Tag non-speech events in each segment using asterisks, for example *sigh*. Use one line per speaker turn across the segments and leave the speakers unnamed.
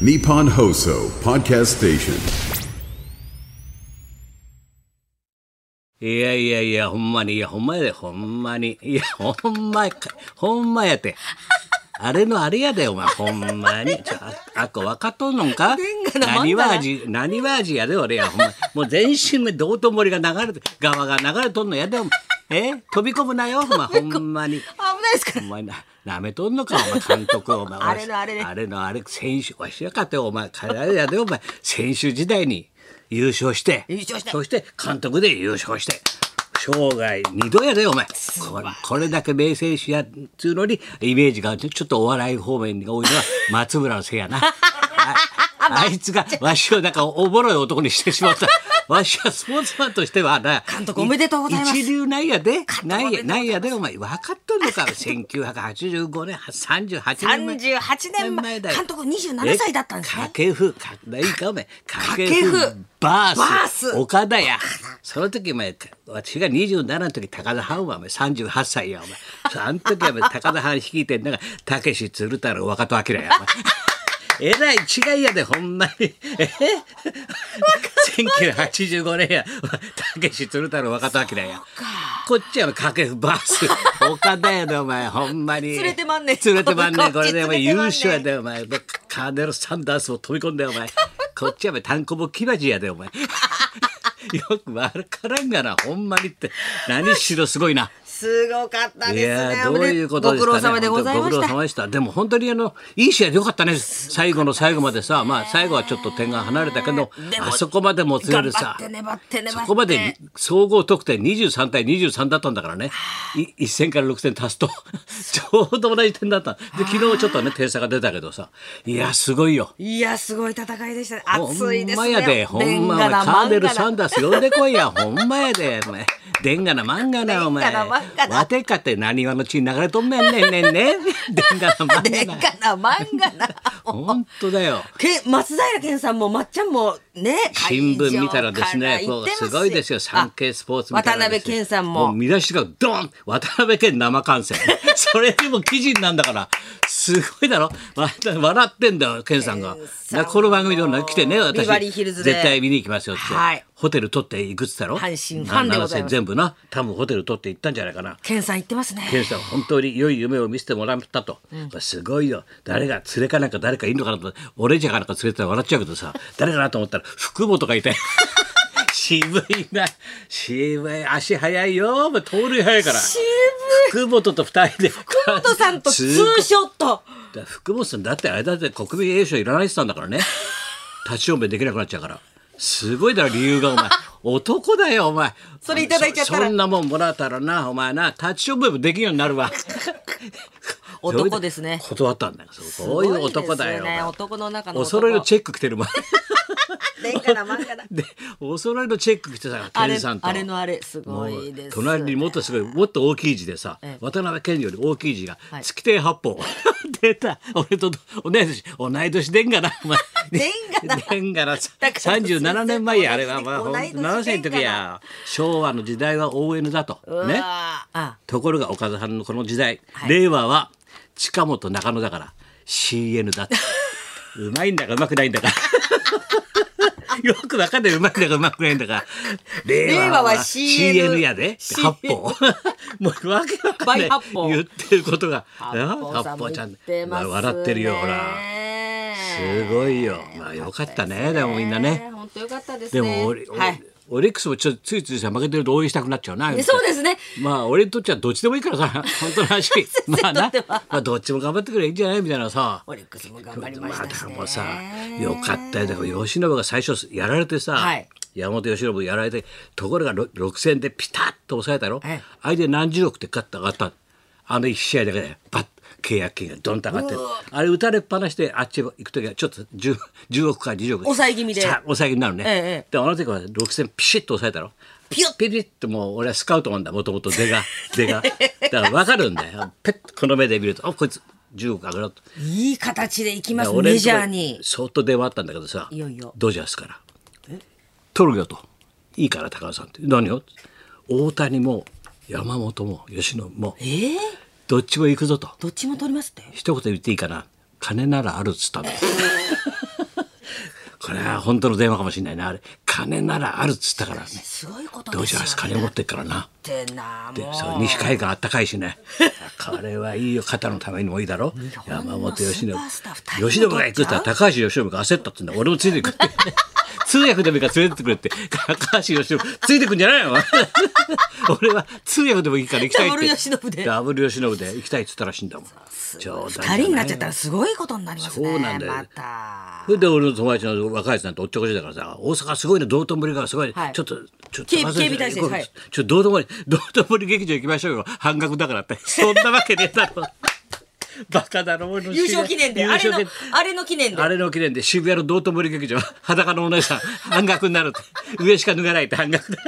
Nippon Hoso Podcast Station.
いやいやいや、ほんまに、いや、ほんまやで、ほんまに。いや、ほんまか、ほんまやて。あれのあれやで、お前、ほんまに。ちょ、ああっこ分かっとんのんか
天下のもん
何
だな
は味、何は味やで、俺や、ほんま。もう全身で道頓堀が流れて、側が流れとんのやで、お前。え飛び込むなよ、お前、ほんまに。
危ないですか
お
ら。
前な、舐めとんのか、お前、監督、お前。
あれのあれね
あれのあれ、選手、わしやかて、お前、あれやで、お前、選手時代に優勝して、
優勝して
そして監督で優勝して、生涯二度やで、お前。これこれだけ名選手やっつうのに、イメージがちょちょっとお笑い方面が多
*laughs*
いのは、松村のせいやな。ああいつが、わしをなんかおぼろい男にしてしまった。わしはスポーツマンとしてはな、
監督おめでとうございます
一流なんやで、
督
な
お
い
め
や、
でとうござ
ない
ます
いやで、お前、分かっとんの
*laughs*
か、1985年、38年前。
三十八年前
だよ
監督二十七歳だったんです
え
ね。
掛布、か、いいか、お前。掛
掛
布
布、
バース、
バース
岡田や。その時、お前、私が27の時、高田藩はお前38歳や、お前。そうあの時はお前、高田藩率いてんだが、たけし、鶴太郎、若戸明や、お前。
*laughs*
えらい違いやで、ほんまに。え ?1985 年や。たけし、鶴太郎、若戸明や。こっちは掛布バース。岡田やで、お前、ほんまに。
連れてまんねん
連れてまんねん。こ
こっち
れで、お前、
連れて
優
まんねん
勝やで、お前。カーネル・サンダースも飛び込んだよ、お前。こっちは、お前、単行本木鉢やで、
*laughs*
お前。よくわからんがな、ほんまにって。何しろすごいな。
すごかった
い
ですね。
やーどういうことですかね。
ご苦労様でございま
本当にご苦
し
労
た。
様でした。でも本当にあのいい試合でよかったね。最後の最後までさ、まあ最後はちょっと点が離れたけど、
でも
あそこまでもつれるさ。
頑張って粘って粘って
そこまで総合得点23対23だったんだからね。い1戦から6戦足すと *laughs* ちょうど同じ点だった。で昨日ちょっとね点差が出たけどさ、いやすごいよ。
いやすごい戦いでしたね。熱いで
ほん
すね。
まやで、ほんま
レンガ
は
な
カーネル・サン
漫画な
ダース呼んでこいや、ほんまやで、お前。でんがな漫画な、お前。
でんがな漫画な
わてかって何話の血に流れとんねんねんねんね。でんがな
レ
漫
ン
画な。
ガな漫画
*laughs*
な。
ほんとだよ。
け松平健さんもまっちゃんもね
新聞見たらですね、
会場
こう
から行ってます
ごいですよ、産経スポーツみたいな
渡
ので
辺
すよ
健さんも
う見出しがドーン渡辺健生観
*laughs*
戦。それでも記事になんだから、すごいだろまた笑ってんだよ、健さんが
健。さん
なこの番組でも来てね、私、
ビバリーヒルズで
絶対見に行きますよって。
はい
ホテル取っていくつだろ
阪神ファンでございま
な
す
全部な、多分ホテル取って行ったんじゃないかな。
健さん行ってますね。
健さん本当に良い夢を見せてもらったと、やっぱすごいよ誰が連れかなんか誰かいるのかなと思って俺じゃかなんか連れてたら笑っちゃうけどさ誰かなと思ったら福本がいて
*laughs*
渋いな渋い足速いよもう盗塁速いから
渋い
福本と二人で福
久本さんとツーショット。
福本さんだってあれだって国民栄誉賞いらないって言ってたんだから
*laughs*
ね立ち読めできなくなっちゃうからすごいだろ理由がお
*laughs*
前男だよお前
それいただいちゃったら
そそんなもんもらったらなお前な立ち読めもできるようになるわ
*laughs* 男ですね
それ断ったんだよ
す
そ
ご
う
い
い
で
う
す
男だよ
ね。
お前
男の中の
お
男。
揃いのチェック着てるもん *laughs*
*laughs* レンガな漫画な。
でお揃いのチェック着てさ
あ
ケ
れ
ンさんと
あれのあれすごいです、ね。
隣にもっとすごいもっと大きい字でさ
ええ
渡辺謙より大きい字が「
い
月亭八方」 *laughs* 出た俺と同い年同い年でんがなお前
*laughs* でんがな
でんがな
だから
37年前やあれは
同い年
まあほん
同い年
7歳の時
でんが
や昭和の時代は ON だと
うわー
ね
あ
ところが岡田さんのこの時代
はい
令和は近本中野だから CN だってうまいんだかうまくないんだか *laughs* よくわかんないうまいんだかうまくないんだか令
令
和は
和は
CN,
CN
やで
CN
八方 *laughs* もうわけわかんない
倍八方
言ってることがな
さんも
八
言
ちゃん
ってますね
笑ってるよほらすごいよまあよかったねでもみんなね
本当よかったです
で
ね。
もオリ,、
はい。
オリックスもちょっとついついさ負けてると応援したくなっちゃうな
えそうですね。
まあ俺にとっちゃどっちでもいいから
*laughs*
さ本当の話まあな、
先生にとって
ま
は
あ、どっちも頑張ってくればいいんじゃないみたいなさ
オリックスも頑張りま
ま
し
あ
た
だ
し
か
ね。
らもうさよかったよだから由伸が最初やられてさ、
はい
山本由伸やられてところがろ6戦でピタッと抑えたろ、
ええ
あれで何十億って勝った上がったあの1試合だけでバッ契約金がドンと上がってるあれ打たれっぱなしであっち行く時はちょっと 10, 10億か20億
抑え気味で
さ抑え気味になるね、
ええええ
であの時は6戦ピシッと抑えたろ
ピュッ
ピリッともう俺はスカウトマンだもともと出が出
*laughs*
がだから分かるんだよペッとこの目で見るとあこいつ10億上がろうと
いい形で行きます
俺
メ
んと
ジ
こ
ャーに。
相当電話あったんだけどさ
いよいよ
ドジャースから取るよといいから高野さんって何よ大谷も山本も吉野も
えー、
どっちも行くぞと
どっちも取りますって。 *laughs*
一言言っていいかな金ならあるっつったのこれは本当の電話かもしれないなあれ金ならあるっつったからね
すごいこと
どう
で
します
すよ
金持ってっからな
ってな
で
もう
そう西海岸あったかいしねこれはいいよ肩のためにもいいだろ山本由
スー
伸
パースター二人も
由伸が行くって言ったら高橋由伸が焦ったってんだ俺もついてくって *laughs* 通訳でもいいから連れてってくれって高橋由伸ついてくんじゃないの *laughs* 俺は通訳でもいいから行きたいって
ダブル由伸で
ダブル由伸で行きたいって言ったらしいんだもん冗談じゃ
二
い
人になっちゃったらすごいことになりますね
そうなんだよ
また
それで俺の友達の若いやつなんておっちょこちょいだからさ大阪すごいね道頓堀がすごい、
はい
ちょっとちょっと
警備
松井さん
警備体制
行こう
はい
ちょっと道頓堀道頓堀劇場行きましょうよ半額だから
*laughs*
ってそんなわけねえだろバカだろ俺の
優勝記念で
優
あ
勝
れ
記
の
念
あれの記念で
あれの記念で渋谷の道頓堀劇場裸のお姉さん半額になるって上しか脱がないって半額だ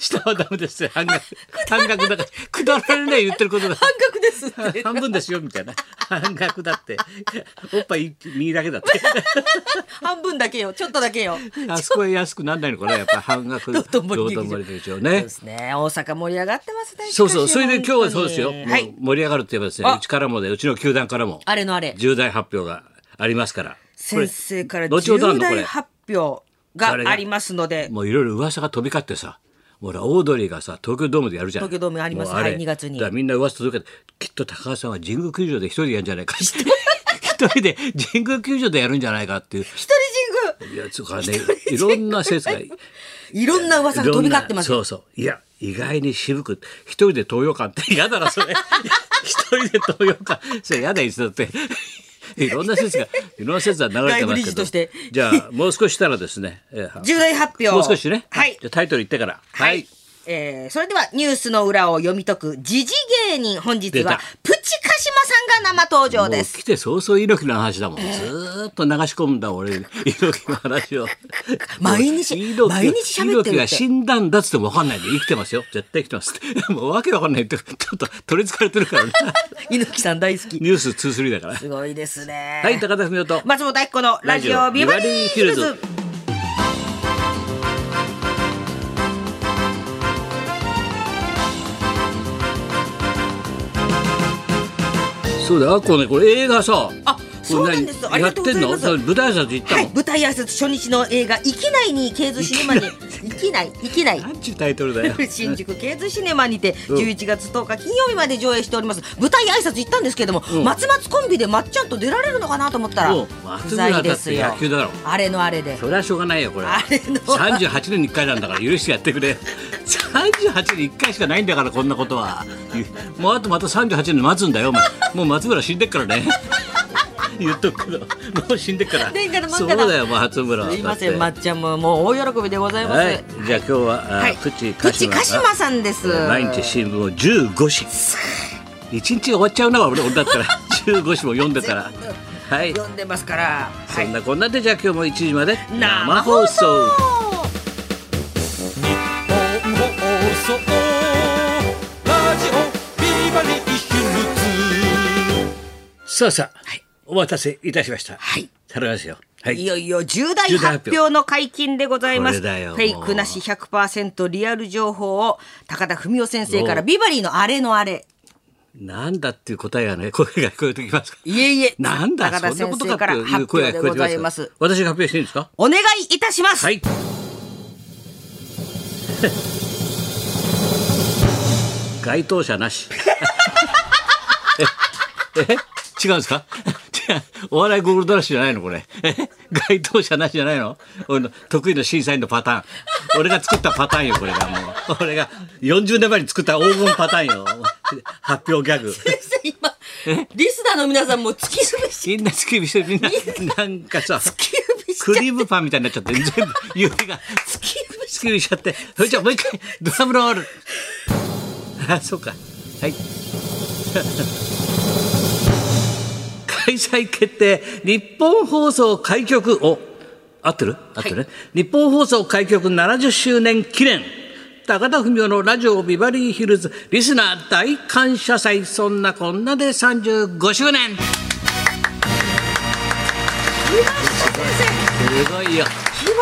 下はダメですよ半額半額だからくだらない言ってることが
半額ですっ
*laughs*
て
半分ですよみたいな半額だっておっぱい右だけだって
半分だけよちょっとだけよ
あそこは安くなんないのかなやっぱ半
*laughs*
額
道頓堀劇場
道頓劇場
そう
ね
ですね大阪盛り上がってますね
そうそう
し
そ
かし
れで今日はそうですよ、
本当にはい
もう盛り上がるといえばですね
あ
うちからもでうちの球団からも
あれのあれ
重大発表がありますからこれ
先生から
後ほ
重
どあんのこ
大
れ
発表がありますので
もういろいろ噂が飛び交ってさほらオードリーがさ東京ドームでやるじゃん
東京ドームあります
もうれ
はい2月に
だからみんな噂届けてきっと高橋さんは神宮球場で一人でやるんじゃないかって一人で神宮球場でやるんじゃないかっていう
一人神
いやつがねいろんな説が
宮いろんな噂が飛び交ってます
いろんなそうそういや意外に渋く一人で東洋館って *laughs* 嫌だなそれ一人で東洋館それ嫌だいつだって *laughs* いろんな説がいろんな説が流れてます
外部理
け
事
ど
として
じゃあもう少ししたらです
*laughs*
ねえー
重大発表
もう少しね
はい
じゃあタイトル言ってから
はい、えーそれではニュースの裏を読み解く時事芸人本日
出
は
た
プチカシマさんが生登場
も
で
う
す
来て早々猪木の話だもん、ずーっと流し込んだ俺猪木の話を
*laughs* 毎日
もう猪木は
毎日喋ってるって
猪木が死んだんだっつっても分かんないんで生きてますよ絶対生きてますって *laughs* もうわけわかんないってちょっと取りつかれてるからね
猪木さん大好き
ニュース2-3だから
すごいですね
はい高田文夫と
松本明子のラジオビバリーヒルズ
そうだあこうねこれ映画さ
あそうなんです
こ
あ
れ何や
りが
っ
とうご
て
ざ
ん
い
の
ます
それ舞台挨拶行った
は
の、
い舞台挨拶初日の映画「生きない」にケーズシ
*laughs*
ネマに「生きない生きない」
なんちゅうタイトルだ
*laughs*
よ
新宿ケーズシネマにて11月10日金曜日まで上映しております舞台挨拶行ったんですけれども、
ん
松松コンビでまっちゃんと出られるのかなと思ったら
うん
不在ですよ
松村だって野球だろ
あれのあれで
それはしょうがないよこれ
あれの
38年に1回なんだから許してやってくれ38年に1回しかないんだからこんなことはもうあとまた38年待つんだよお前もう松村死んでっから
*laughs*
ね言っとくけどもう死んでっから
殿下の
そ
漫
う
画だ
だよもう松村は
すいま
だ
せん
って
まっちゃんももう大喜びでございます、
はいじゃあ今日は、あー
はい
プチ
プ
鹿
チ
島
カシマさんです
毎日新聞を15紙一日終わっちゃうな俺俺だった
*laughs*
ら15紙も読んでたらはい
読んでますから
そんなこんなでじゃあ今日も1時まで
生放送
日本放送ラジオビバリーヒルズ
さあさあ、お待たせいたしました
はい
頼みますよはい
いよいよ重大発表の解禁でございます。
重
フ
大発表
ェイクなし100%リアル情報を高田文夫先生から
お
ビバリーのあれのあれ。
なんだっていう答えがね声が聞こえてきますか
いえいえ。
なんだ
高田
そん
先
なこと
生
か
か
ってい
ら
う
発
声
表
が聞
で
こえ
ご
てま
ざ
す
い
か
ます。
私が発表していいんですか
お願いいたします。 *laughs*
はい *laughs* 該当者なし。ええ違うんですか *laughs* 違うお笑いゴールドラッシュじゃないのこれ。え該当者なしじゃないの俺の得意の審査員のパターン。俺が作ったパターンよ、これがもう。俺が40年前に作った黄金パターンよ。発表ギャグ。
先生今リスナーの皆さんも突き指し
*laughs* みんな突き指してるみんな、 *laughs* なんかさ、
突き指し
ク
ちゃ
リームパンみたいになっち *laughs* ゃって、全部指が
突き指し
突き指しちゃって。それじゃあもう一 *laughs* 回、ドラムロール。あ、 *laughs* そうか。はい。開催決定日本放送開局を合ってる合ってるね、日本放送開局70周年記念高田文夫のラジオビバリーヒルズリスナー大感謝祭そんなこんなで35周年すごいよ
ま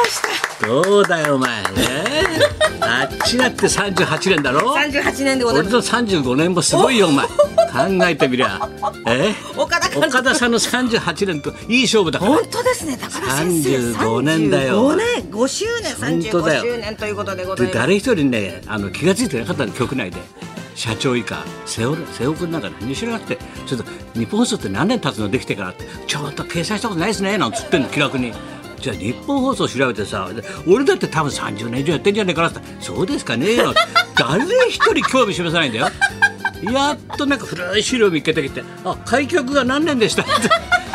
した。
どうだよお前ねあっちだって38年だろ
38年でござい
俺
ます。
の35年もすごいよお前考えてみりゃえ
岡田監督
岡田さんの38年といい勝負だから
本当ですね高田先生
35年だよ
35年5周年
本当だ
35
よ
周年ということでござ
で
います
誰一人ねあの気が付いてなかったの局内で社長以下瀬尾瀬尾君なんか何も知らなくてちょっと日本放送って何年経つのできてからってちょっと掲載したことないですねなんつってんの気楽に。じゃあ日本放送調べてさで俺だって多分30年以上やってんじゃねえかなってそうですかねなんて誰一人興味示さないんだよやっとなんか古い資料見っけてきてあ開局が何年でしたっ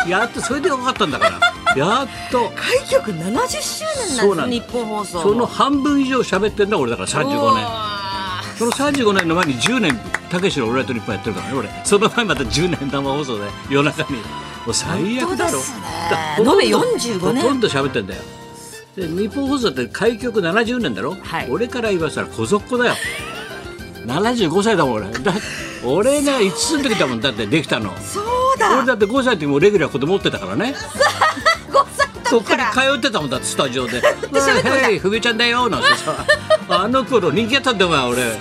てやっとそれで分かったんだからやっと
開局70周年なんです
そうなんだ
日本放送
その半分以上喋ってんだ俺だから35年。その35年の前に10年たけしの「オールナイトニッポン」やってるからね俺その前また10年生放送で夜中にもう最悪だろ
本当ですね
だほとんど
延べ45年
ほとんど喋ってんだよで日本放送って開局70年だろ、
はい
俺から言わせたら小族だよ75歳だもん俺だ俺ね5つの時だもんだってできたの
そうだ
俺だって5歳の時もうレギュラー子供持ってたからね
5歳の
そっ
時
か
から
通
ら
ってたもんだってスタジオ
*laughs*
で「
喋ってました
はいふみちゃんだよ」なんて
*laughs*
さあの頃人気やったんだよお前俺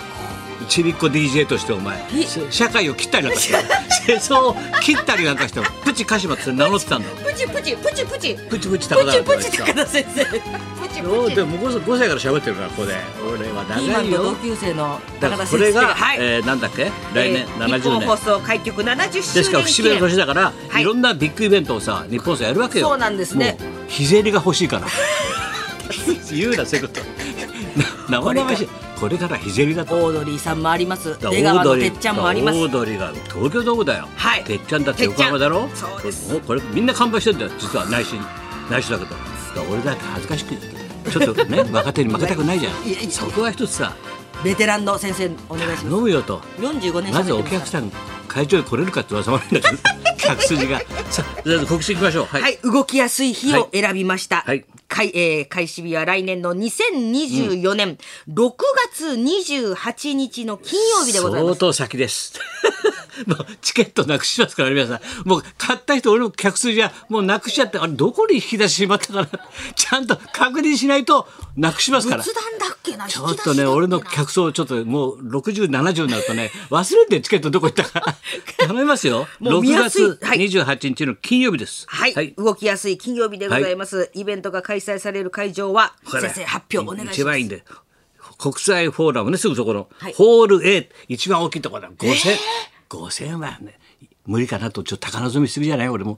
ちびっこ DJ としてお前
え
せ社会を切ったりなんかして
*laughs*
世相を切ったりなんかしてプチ鹿島って名乗ってたんだよ
プチプチプチプチ
プチプチ高
プ
田と
チ
か
プ
言っ
チ
てさ
高田先生プチ
そう
プチ
でも5歳から喋ってるからここで俺は
ピー
長
マン
い
と
よ
同級生の
だから
高田先
こ
生
れが、
はい
えーなんだっけ来年
えー日
70
本放
年
送開局70周
でしかも
年
節
記
目の
念
年だから、、
はいい
ろんなビッグイベントをさ日本放送やるわけよ
そうなんですね
もう日照りが欲しいから *laughs* 言うなそういうことな生々しいこれから日照りだと
オードリーさんもあります
だから
出川
オード
の
リ
て
ー
っちゃんもあります
オードリーが東京ドームだよ、
はい
てっちゃんだって
てっ
横
ちゃん
浜だろ
そうです
もこれみんな完売してんだよ実は内緒に内緒だけどだから俺だって恥ずかしくてちょっと
*laughs*
ね若手に負けたくないじゃ
いや
ん
いや
そこは一つさ
ベテランの先生お願いします
飲むよと
45年
まずお客
ん
さん会場に来れるかって噂もあるんだけど客筋
*laughs*
がさあじゃあ告知いきましょうはい、
はい、動きやすい日を選びました。
はい
かいえー開始日は来年の2024年6月28日の金曜日でございま
相
す。
当先です *laughs* もうチケットなくしますから皆さんもう買った人俺も客筋はもうなくしちゃってあれどこに引き出してしまったかな *laughs* ちゃんと確認しないとなくしますから
仏壇だっけな、
ち
ち
ょっとね、俺の客層、ちょっともう60、70になるとね、忘れてチケットどこ行った
*laughs*
か。頼みますよ。
もう見
6
やすい
月
はい
28日の金曜日です。
はい、動きやすい金曜日でございます。イベントが開催される会場は、
これね
先生発表お願いします。
一番いいんで。国際フォーラムね、すぐそこの、
はい
ホール A、一番大きいところだ。5000、5000はね、無理かなと、ちょっと高望みするじゃない俺も。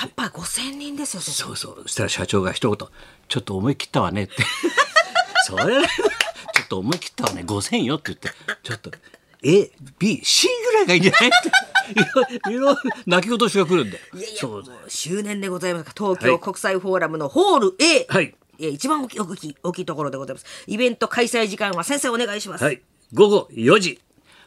やっぱ5000人ですよ、先生
そうそう。そしたら社長が一言、ちょっと思い切ったわね
*laughs*
って。それ、ちょっと思い切ったわね、5000よって言って、ちょっと、A、B、C ぐらいがいいんじゃないって。いろいろ泣き落としが来るんだよ。
いやいや、
そ
も
う
う周年でございますから東
は
京
い
国際フォーラムのホール A。
はい
えー一番大きい大きい大きいところでございます。イベント開催時間は先生お願いします。
はい、午後4時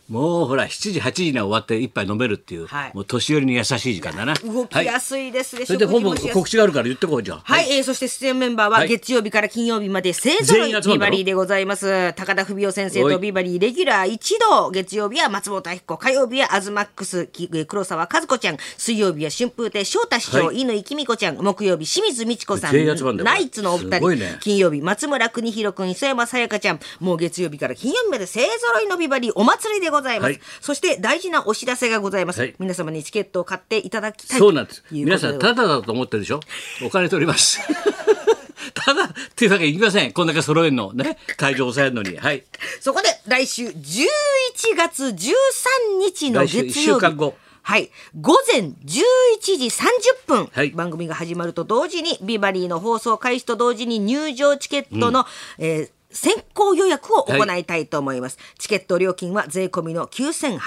もうほら7時8時には終わって一杯飲めるっていう、
はい
もう年寄りに優しい時間だな
動きやすいです
は
ね。
い、それで
食事
本
も
部
しやすい
告知があるから言ってこいじゃん
はい、えーそして出演メンバーは
はい
月曜日から金曜日まで勢ぞろい
全員集まる
ビ
んだ
バ
ろ
リーでございます。高田文夫先生
おい
とビバリーレギュラー一同、月曜日は松本明子、火曜日はアズマックス、き黒沢和子ちゃん、水曜日は春風亭昇太市長、
はい
乾井美子ちゃん、木曜日清水美智子さん、
全員集まるんだよこれ
ナイツのお二
すご
人、
いね
金曜日松村邦弘君、磯山さやかちゃん、もう月曜日から金曜日まで勢ぞろいのビバリーお祭りでございます。
はい
そして大事なお知らせがございます。
はい
皆様にチケットを買っていただきたい
そうなんです
というこ
皆
とで
さんただだと思ってるでしょお金取ります *laughs* ただっていうわけにいきませんこんだけ揃えるのね会場抑えるのにはい
そこで来週11月13日の
来
月
週
曜日
一週間後
はい午前11時30分、
はい
番組が始まると同時にビバリーの放送開始と同時に入場チケットの、えー先行予約を行いたいと思います、チケット料金は税込みの9800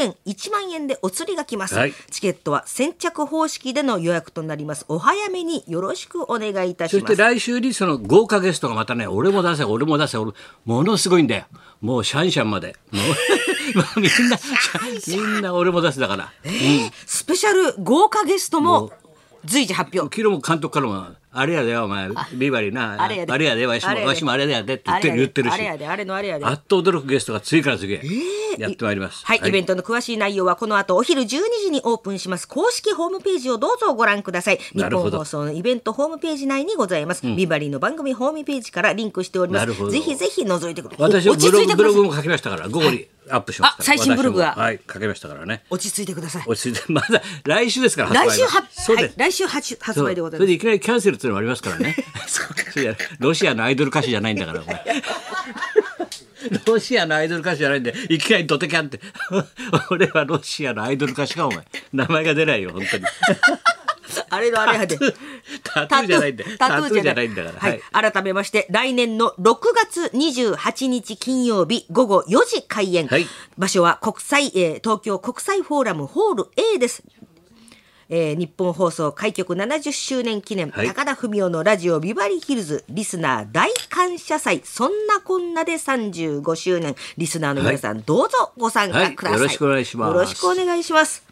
円1万円でお釣りがきます、
はい
チケットは先着方式での予約となりますお早めによろしくお願いいたし
そ
ます
して来週にその豪華ゲストがまたね、俺も出せ、俺も出せ、俺ものすごいんだよ。もうシャンシャンまで。もう *laughs* もうみんな、みんな俺も出せだから。
スペシャル豪華ゲストも随時発表。
昨日も監督からも、あれやで、お前、ビバリーな。
あれやで
あれやで、わし
あれや
も、
で
わしもあれやでって言ってる言ってるし。
あれやであれやであれのあれやで
あっと驚くゲストが次から次へ。やってまいります。
はい、イベントの詳しい内容はこの後お昼12時にオープンします公式ホームページをどうぞご覧ください日
なる
本
ほど
放送のイベントホームページ内にございます、ビバリーの番組ホームページからリンクしておりま
なるほ
す
ど
ぜひぜひ覗いてください
私は
落ち
ブ
着
ロ
いて
グ
く
ブ
だ
ロ
さ
グ
い
も書きましたから、午後にアップしますから。
あ最新ブログは
私もはい、書きましたからね。
落ち着いてください
落ち着いて、まだ来週ですから、
来週
発売
は
がそう
は
で
い
す。
来週発発売でござい
それで
ま
すいきなりキャンセルっていうのもありますからね *laughs* そうやロシアのアイドル歌手じゃないんだからお前 *laughs* ロシアのアイドル歌手じゃないんでいきなりドテキャンって *laughs* 俺はロシアのアイドル歌手かお前名前が出ないよ本 *laughs* 当に
あれのあれやで
タトゥーじゃないんだよタトゥーじゃないんだから
はい、改めまして来年の6月28日金曜日午後4時開演、
はい
場所は国際、えー東京国際フォーラムホール A です。えー日本放送開局70周年記念、
はい
高田文夫のラジオビバリーヒルズリスナー大感謝祭そんなこんなで35周年リスナーの皆さん、どうぞご参加くださ
は
い、
いよろしくお願いします
よろしくお願いします